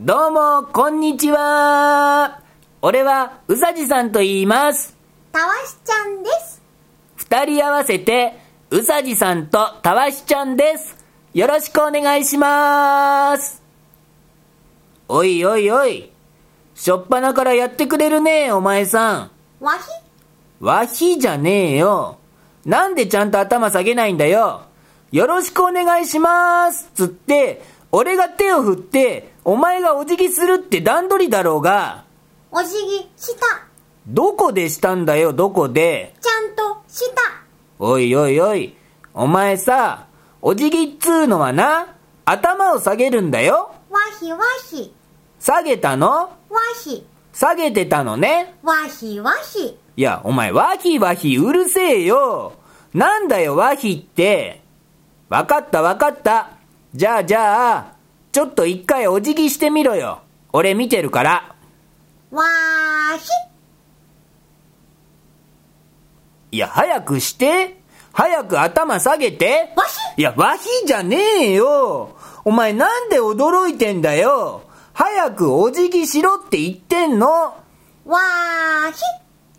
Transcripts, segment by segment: どうも、こんにちは。俺は、うさじさんと言います。たわしちゃんです。二人合わせて、うさじさんとたわしちゃんです。よろしくお願いします。おいおいおい。しょっぱなからやってくれるねお前さわひ、ん。わひじゃねえよ。なんでちゃんと頭下げないんだよ。よろしくお願いします。つって、俺が手を振って、お前がお辞儀するって段取りだろうが、お辞儀した。どこでしたんだよ、どこで。ちゃんとした。おいおいおい、お前さ、お辞儀っつうのはな、頭を下げるんだよ。わひわひ、下げたのわひ、下げてたのね。わひわひ。いや、お前、わひわひうるせえよ。なんだよ、わひって。わかったわかった。じゃあじゃあ、ちょっと一回お辞儀してみろよ。俺見てるから。わーひ、いや、早くして。早く頭下げて。わしいや、わひじゃねえよお前なんで驚いてんだよ早くお辞儀しろって言ってんのわーひ、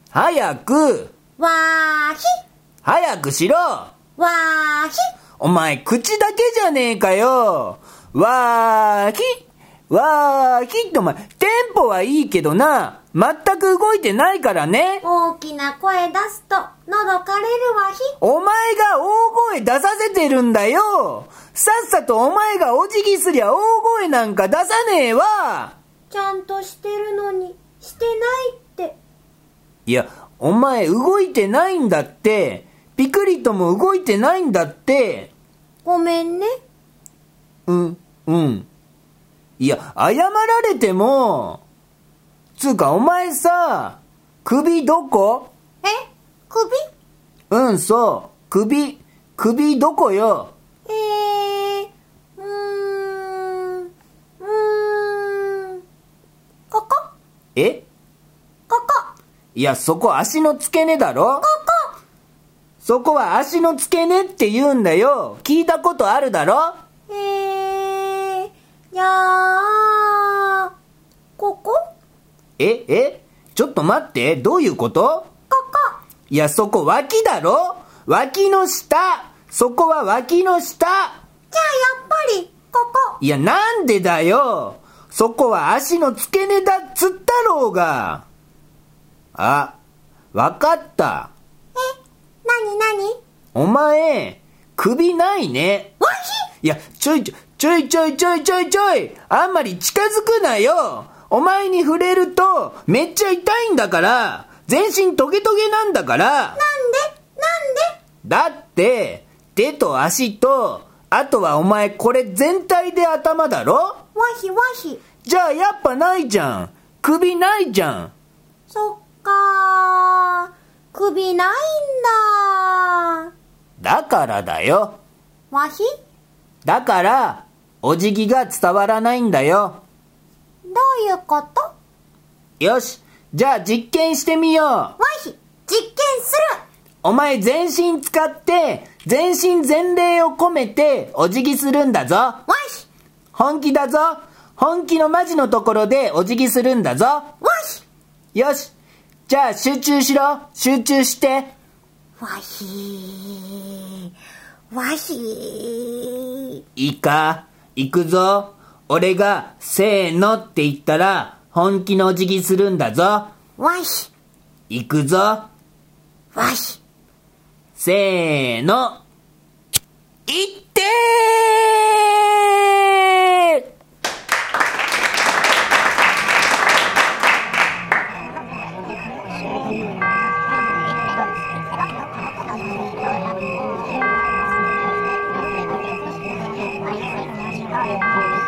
早くわーひ、早くしろわーひ、お前、口だけじゃねえかよわーきわーきってお前、テンポはいいけどな全く動いてないからね大きな声出すと、喉枯れるわひ。お前が大声出させてるんだよさっさとお前がお辞儀すりゃ大声なんか出さねえわちゃんとしてるのに、してないって。いや、お前動いてないんだって。ピクリとも動いてないんだって。ごめんね。うん、うん。いや、謝られても。つうか、お前さ、首どこえ首うん、そう。首、首どこよえー、うーん、うーん、ここえここいや、そこ足の付け根だろここそこは足の付け根って言うんだよ。聞いたことあるだろえー、じゃあ、ここえ、えちょっと待って。どういうことこいや、そこ脇だろ脇の下そこは脇の下こじゃあやっぱり、ここいや、なんでだよそこは足の付け根だっつったろうがあ、わかった。えなになにお前、首ないね。わいや、ちょいちょ、ちょいちょいちょいちょいちょいあんまり近づくなよお前に触れると、めっちゃ痛いんだから全身トゲトゲなんだからひなんでなんでだって、手と足と、あとはお前これ全体で頭だろわひわひ。じゃあやっぱないじゃん。首ないじゃん。そっかー。首ないんだだからだよ。ー。わひだから、お辞儀が伝わらないんだよ。どういうことわよし、じゃあ実験してみよう。ひ実験するお前全身使って、全身全霊を込めてお辞儀するんだぞ。わひ本気だぞ。本気のマジのところでお辞儀するんだぞ。わひよし。じゃあ集中しろ。集中して。わひー。わひー。いいか。行くぞ。俺が、せーのって言ったら、本気のお辞儀するんだぞ。わひ行くぞ。わひ。せーの。いってー「